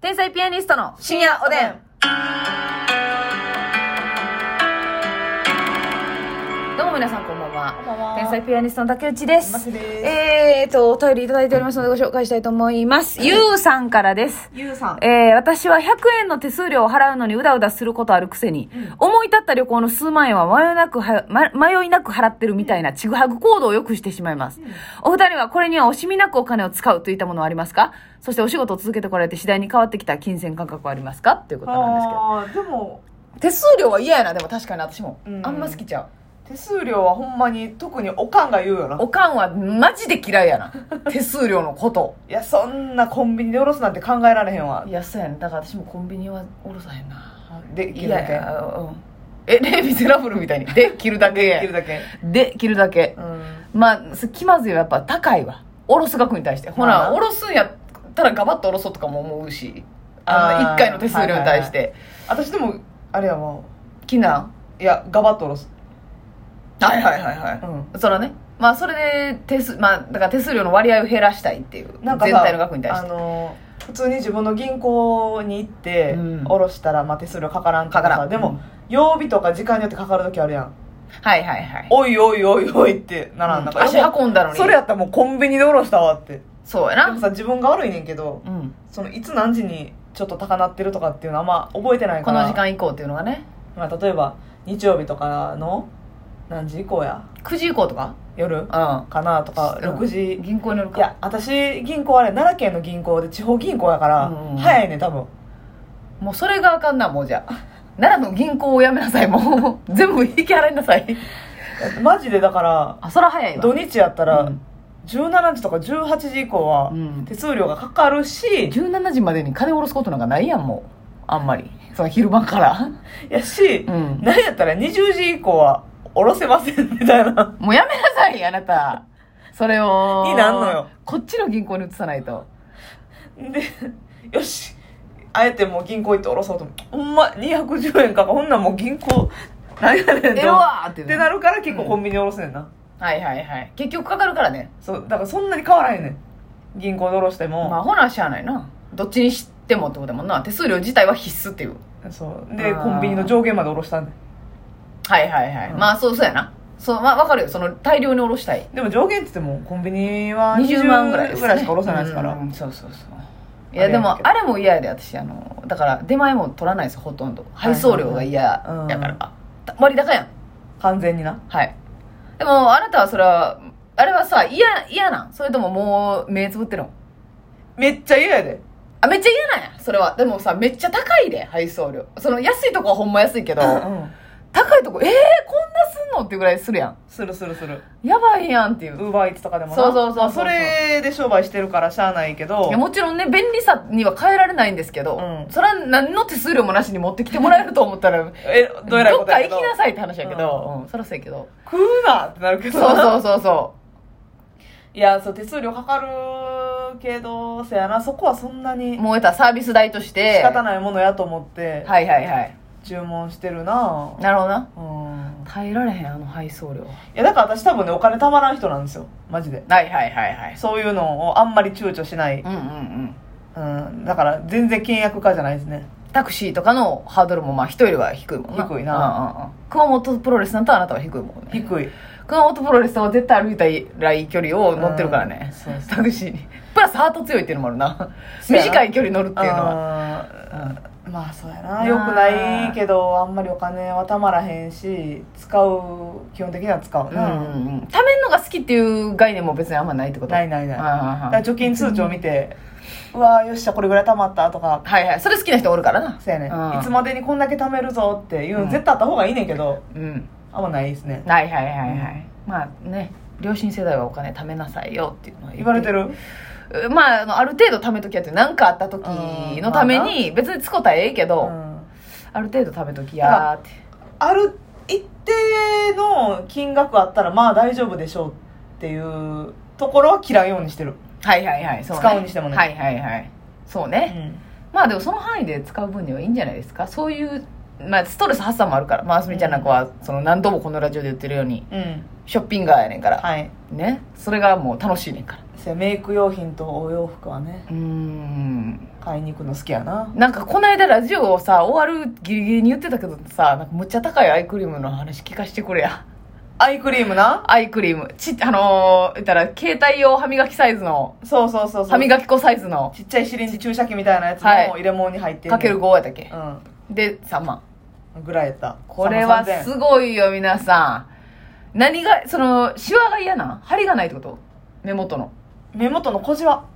天才ピアニストの深夜おでん。どうも皆さんこんばんは。こんばんは天才ピアニストの竹内です。ますですえーと、お便りいただいておりますのでご紹介したいと思います。ゆうさんからです。ゆうさん。えー、私は100円の手数料を払うのにうだうだすることあるくせに、思い立った旅行の数万円は迷いなくは、ま迷いなく払ってるみたいなちぐはぐ行動をよくしてしまいます。お二人はこれには惜しみなくお金を使うといったものはありますかそしてお仕事を続けてこられて次第に変わってきた金銭感覚はありますかということなんですけど。あーでも、手数料は嫌やな、でも確かに私も。うんあんま好きちゃう。手数料はほんまに、特におかんが言うよな。おかんはマジで嫌い やな。手数料のこと。いや、そんなコンビニでおろすなんて考えられへんわい。や、そうやね。だから私もコンビニはおろさへんな。で、切いるだやけ。いや、うん。え、レ・ミゼラブルみたいに。で、 切るだけ。切るだけ。で、切るだけう。ん。まあ、す気まずいはやっぱ高いわ。おろす額に対して。ほまあら、なおろすんやったらガバッとおろそうとかも思うし。ああーの、一回の手数料に対して。私でも、あれやわ。気なんいや、ガバッとおろす。はいはいはいはうん。い。そらね。まあ、それで、手数、まあ、だから手数料の割合を減らしたいっていう。な全んかさ体の額に対しあて。のー、普通に自分の銀行に行ってうん、おろしたら、まあ、手数料かからんとかからさんでうもん、曜日とか時間によってかかる時あるやん。はいはいはい。おいおいおいおいってならん。なんか足運んだのに。それやったらもうコンビニでおろしたわって。そうやでもな。さ自分が悪いねんけどうん。そのいつ何時にちょっと高鳴ってるとかっていうのはあんま覚えてないかこらの時、間以降っていうのがね。まあ、例えば日曜日とかの何時以降や9時以降とか夜うかなとかうん6時、ん。い銀行によるか。や私銀行あれ奈良県の銀行で地方銀行やから、うんうん早いねん多分もうそれがあかんな、もうじゃあ。奈良の銀行をやめなさい、もう。 全部引き払いなさい。マジでだから あ、そら早いわ。土日やったうらん17時とか18時以降はうん手数料がかかるし、 17時までに金を下ろすことなんかないやん、もう。あんま り。その昼間から。やし、うんなんやったら20時以降は下ろせませんみたいなもうやめなさい、あなた。それを。になんのよ。こっちの銀行に移さないと。で、よし。あえてもう銀行行って下ろそうと思って。ほんま、210円かか。ほんなんもう銀行、なんやねんええと。っわーっててなるから結構コンビニで下ろせんな。はいはいはい。結局かかるからね。そう、だからそんなに変わらへんねん。銀行で下ろしても。まあ、ほなしゃあないな。どっちにしてもってことだもんな。手数料自体は必須っていう。そう。で、あーコンビニの上限まで下ろしたんねはいはいはい。うんまあ、そうそうやな。そう、まあ、わかるよ。その、大量に下ろしたい。ん。でも上限って言っても、コンビニは20万ぐらいです、ね、しか下ろせないですから。うんそうそうそういあやれでやねんもけどあれも嫌やで私あのだから出前も取らないですほとんど配送料が嫌やはいはいはいうんから、た割高やん完全にな。はいでもあなたはそれはあれはさ嫌嫌なんそれとももう目つぶってるのめっちゃ嫌やで。あめっちゃ嫌なんやそれはでもさめっちゃ高いで配送料その安いとこはほんま安いけどうん。高いとこえー、こんなすんのっていうぐらいするやするするする。んやばいやんっていうウーバーイーツとかでもな。そうそうそうそうまあそれで商売してるからしゃあないけど。いやもちろんね便利さには変えられないんですけど、うんそれは何の手数料もなしに持ってきてもらえると思ったらえ、どうやらいどこっとかやけ行どきなさいって話やけど、うんそらそうやけど食うなってなるけ どそなうそうそうそいやそう手数料かかるけどせやなそこはそんなうにもうえたサービス代として仕方ないものやと思ってはいはいはい注文してるな、なるほどなうん耐えられへんあの配送料はいやだから私多分ねお金たまらん人なんですよマジではいはいはいそういうのをあんまり躊躇しない、うんうんうんうん、だから全然倹約家じゃないですねタクシーとかのハードルもまあ人よりは低いもんな低いなうんうんうん熊本プロレスなんとあなたは低いもんね低い熊本プロレスは絶対歩いたらいい距離を乗ってるからね、うんそうタクシーにプラスハート強いっていうのもあるなそうやな短い距離乗るっていうのははまあそうやなあなよくないけどあんまりお金はたまらへんし使う基本的には使ううな、んうんうん、貯めんのが好きっていう概念も別にあんまないってことないないないあだーから貯金通帳見て、うわーよっしゃこれぐらい貯まったとかはいはいそれ好きな人おるからなそうやねうんいつまでにこんだけ貯めるぞっていううんの絶対あった方がいいねんけど、うんあんまないですねはいはいはいはい、まあね両親世代はお金貯めなさいよっていうのは言われてるるまああのある程度貯めときやって何かあった時のために別に使ったらええけうど、んある程度貯めときやーってある一定の金額あったらまあ大丈夫でしょうっていうところは嫌いようにしてる、はいはいはいそう、ね、使うにしてもねはいはいはいそううね、ん、まあでもその範囲で使う分にはいいんじゃないですかそういうまあストレス発散もあるからまああすみちゃんなんかはその何度もこのラジオで言ってるようにうん、ショッピングカーやねんから、はいねそれがもう楽しいねんからせやメイク用品とお洋服はねうーん買いに行くの好きやななんかこの間ラジオをさ終わるギリギリに言ってたけどさなんかむっちゃ高いアイクリームの話聞かしてくれやアイクリームなアイクリームちあのー、言ったら携帯用歯磨きサイズのそうそうそうそう歯磨き粉サイズのちっちゃいシリンジ注射器みたいなやつのはい入れ物に入ってんねかんける5やったっけうで3万んぐらいやったこれはすぐごいよ皆さん何がそのシワが嫌なん張りがないってこと目元の目元の小じわ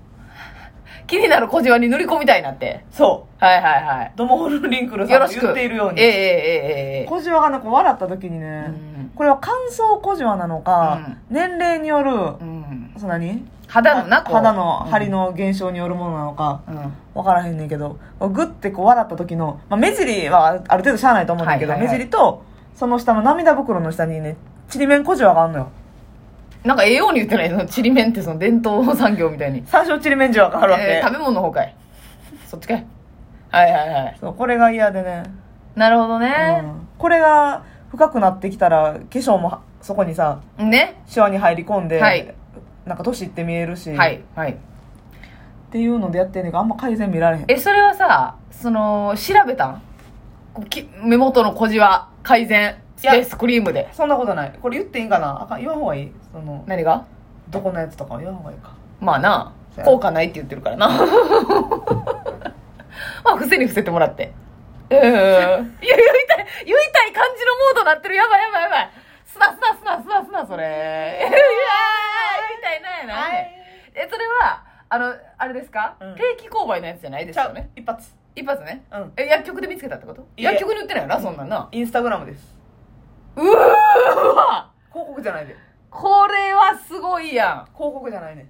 気になる小じわに塗り込みたいなってそはいはいはうドモホルリンクルいよさんろがしく言っているように、ええええええええ小じわがなんか笑った時にね、うんこれは乾燥小じわなのか、年齢による、うんそんなに肌のなこう肌の張りの減少によるものなのか、うん、うんわからへんねんけどグッてこう笑った時の、まあ、目尻はある程度しゃあないと思うんだけど、はいはいはい目尻とその下の涙袋の下にねちりめん小じわがあんのよなんか栄養に言ってないそのちりめんってその伝統産業みたいに、山椒ちりめんじわがあるわけ、えー食べ物の方かいそっちかいはいはいはいそうこれが嫌でね、なるほどうね、んこれが深くなってきたら化粧もはそこにさねシワに入り込んで、はいなんか年いって見えるし、はいはいっていうのでやってんねんけどあんま改善見られへんえそれはさその調べたんこうき目元の小じわ改善スペースクリームでそんなことないこれ言っていいんかなあかん言わん方がいいその何がどこのやつとかは言わん方がいいかまあなそうや効果ないって言ってるからな まあ伏せに伏せてもらって うんいや言いたい言いたい感じのモードになってるやばいやばいやばいすなすなすなすなすなそれい やー言いたいなやな、えそれはあのあれですか、うん定期購買のやつじゃないですちゃようね一発一発ねうんえ薬局で見つけたってこといえ薬局に売ってないよなそんなんなインスタグラムですうーわ広告じゃないでこれはすごいやん広告じゃないね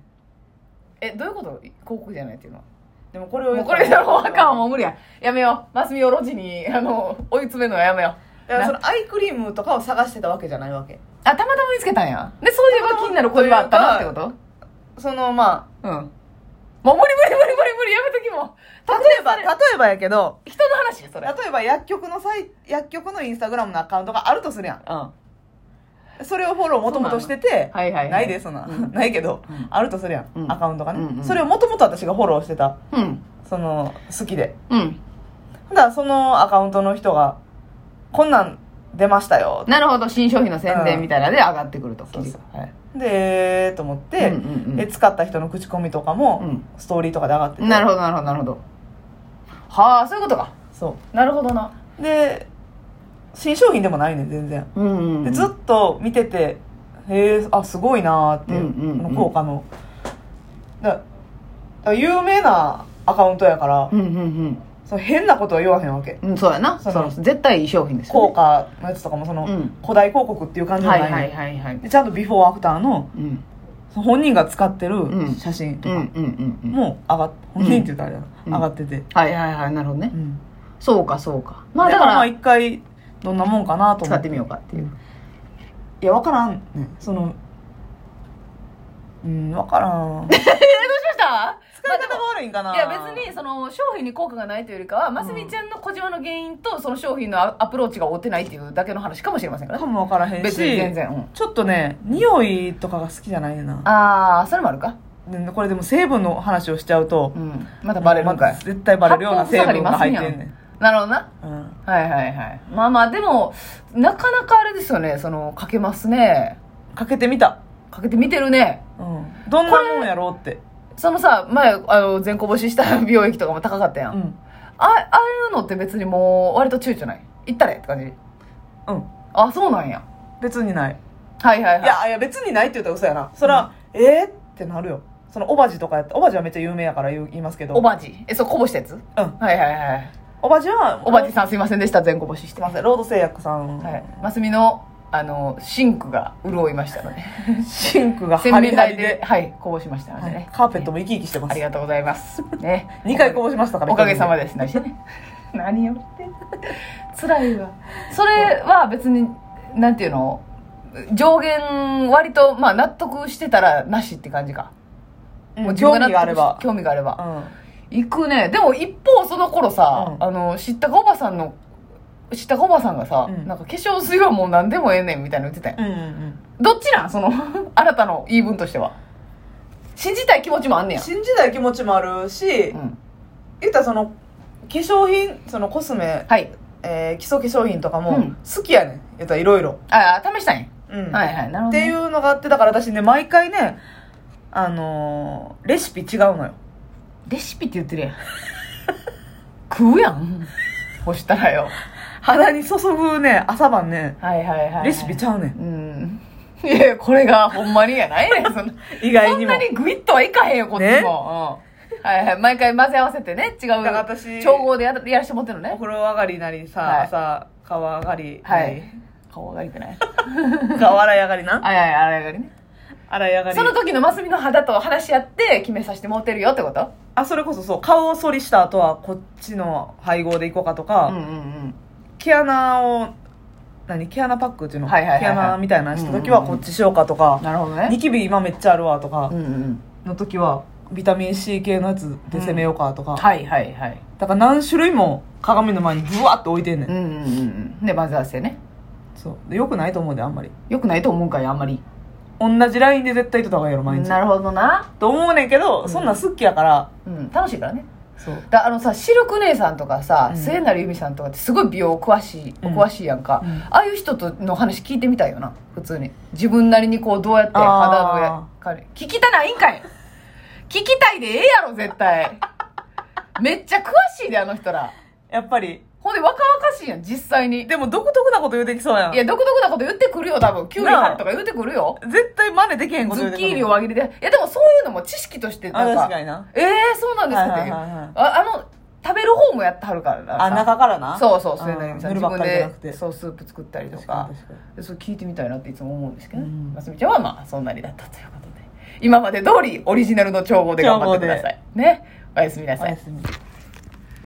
えどういうこと広告じゃないっていうのはでもこれをもうこれでもうあかんももう無理ややめようマスミオロジにあの追い詰めるのはやめようそのアイクリームとかを探してたわけじゃないわけあたまたま見つけたんやでそういえば気になる小じわあったなってことそのまうんもう無理無理無理無理無理やめときもあ例えば例えばやけどう人の話やそれ例えば薬局のサイ薬局のインスタグラムのアカウントがあるとするやんうんはそれをフォローもともとしてていはい、はい、ないでそんな、うん ないけど、うんあるとするやん、うんアカウントがね、うんうんそれをもともと私がフォローしてたうんその好きでうんただそのアカウントの人がこんなん出ましたよなるほど新商品の宣伝みたいなので上がってくるとそうそうはいでえーと思って、うんうんうんで使った人の口コミとかも、うんストーリーとかで上がっててなるほどなるほどなるほどはあそういうことかそなるほどなうで新商品でもないねん全然うんうんでずっと見ててへえあすごいなーっうて、んうんうんこの効果のだだから有名なアカウントやから、うんうんその変なことは言わへんわけうんうんそうやなそそのの絶対いい商品ですよね効果のやつとかもその、うん古代広告っていう感じじゃはないい,、はいはいはいでちゃんとビフォーアフターのうんその本人が使ってうるん写真とうんうかんうんうんも上がっ本人って言うとあれやな、うん上がってて、はいはいはいなるほどねうんそうかそうかまあでだかまあら一回どんなもんかなと思使っっててみようかっていういや分からんねそのうん分からん使いどうしました方が悪いんかないや別にその商品に効果がないというよりかはますみちゃんの小じわの原因とその商品のアアプローチが合ってないっていうだけの話かもしれませんからかねも分からへんし別に全然、うんちょっとね匂いとかが好きじゃないねんなああそれもあるかでこれでも成分の話をしちゃうと、うんまたバレるんかいまあ絶対バレるような成分が入ってんねんなるほどなうんはいはいはいまあまあでもなかなかあれですよねそのかけますねかけてみた、かけて見てるねうん、どんなもんやろうってそのさ前あの全こぼしした美容液とかも高かったやん、うんあああいうのって別にもう割と躊躇ない行ったれって感じうんあそうなんや別にないはいはいはいいやいや別にないって言ったら嘘やなそら、えー、ってなるよそのオバジとかやったオバジはめっちゃ有名やから言う言いますけどおばじえそうこぼしたやつはうんいはいはいおばじはおばじさんすいませんでした全こぼししてすいまますせんロード製薬さん、はいますみのあのシンクが潤いましたのでシンクが洗ハリ面ハ台リでで、はいこぼしましたのでね、はいカーペットもも生き生きしてまありすがとうございます ね2回こぼしましたからおかげさまでですね 何やってんの辛いわそれは別になんていうの上限割とまあ納得してたらなしって感じかもう自興分味があれば興味があればうん行くねでも一方その頃さ、うんあの知ったかおばさんの知ったかおばさんがさ、うんなんか化粧水はもう何でもええねんみたいなの言ってたよ、 うんうんうんどっちなんそのあなたの言い分としては信じたい気持ちもあんねや。信じない気持ちもあるし、うん。言ったらその、化粧品、そのコスメ、はい。えー基礎化粧品とかうもん好きやねん。言ったらいろいろ。ああ、試したんや。うん。はいはい。なるっほどていね。うのがあって、だから私ね、毎回ね、あのーレシピ違うのよ。レシピって言ってるやん。食うやん。ほしたらよ。肌に注ぐね、朝晩ね、はいはいはい。レシピちゃうねん。うん。いやいや、これがほんまにやないねん、そんな。意外そにんも。なにグイッとはいかへんよ、こっちも。うんはいはい。毎回混ぜ合わせてね、違う。から私調合でややらしてもってるのおね。風呂上がりなりさ、はい朝、川上がり。はい。 顔がいくない。川洗い上がりな。あいやいや、あれがりね。洗い上がり。その時のマスミの肌と話し合って決めさせてもうてるよってことあ、それこそそう、顔を剃りした後はこっちの配合でいこうかとか、ん毛穴を、何毛穴パックっていうの、はいはいはいはい毛穴みたいなのした時はこっちしようかとか、なるほどニね。キビ今めっちゃあるわとかう、んうん。の時は、ビタミン C 系のやつで攻めようかとか、はいはいはい。だから何種類も鏡の前にブワッと置いてんねん。うんうんうん。で、混ぜ合わせてね。そう。でよくないと思うで、あんまり。よくないと思うんかい、あんまり。同じラインで絶対行っとった方がいいやろ、毎日。なるほどな。と思うねんけど、そんなん好きやから、うん。楽しいからね。そう。だあのさシルク姉さんとかさ、うん末成由美さんとかってすごい美容詳しい、うんお詳しいやんか、うんああいう人との話聞いてみたいよな普通に自分なりにこうどうやって肌のやかれ聞きたないんかい聞きたいでええやろ絶 対めっちゃ詳しいであの人らやっぱり。ほんで若々しいやん実際にでも独特なこと言うてきそうやん。いや独特なこと言ってくるよ多分キュウリなあ春とか言ってくるよ絶対真似できへんことズ言うッてキーニくをる。輪切りでいやでもそういうのも知識としてあ、なん確かかにな。ええそうなんですかって、はいはいはいはいああの食べる方もやってはるからなさあ、中からな。そうそう、そあれーなりにさ、塗る自ばっ分かりじゃなくで、て。そう、スープ作ったりと確かかに、確かにそう聞いてみたいなっていつも思うんですけどねうん、ますみちゃんはまあ、そんなにだったということで、今まで通りオリジナルの調合で頑張ってください。ね。おやすみなおさいや。すみ。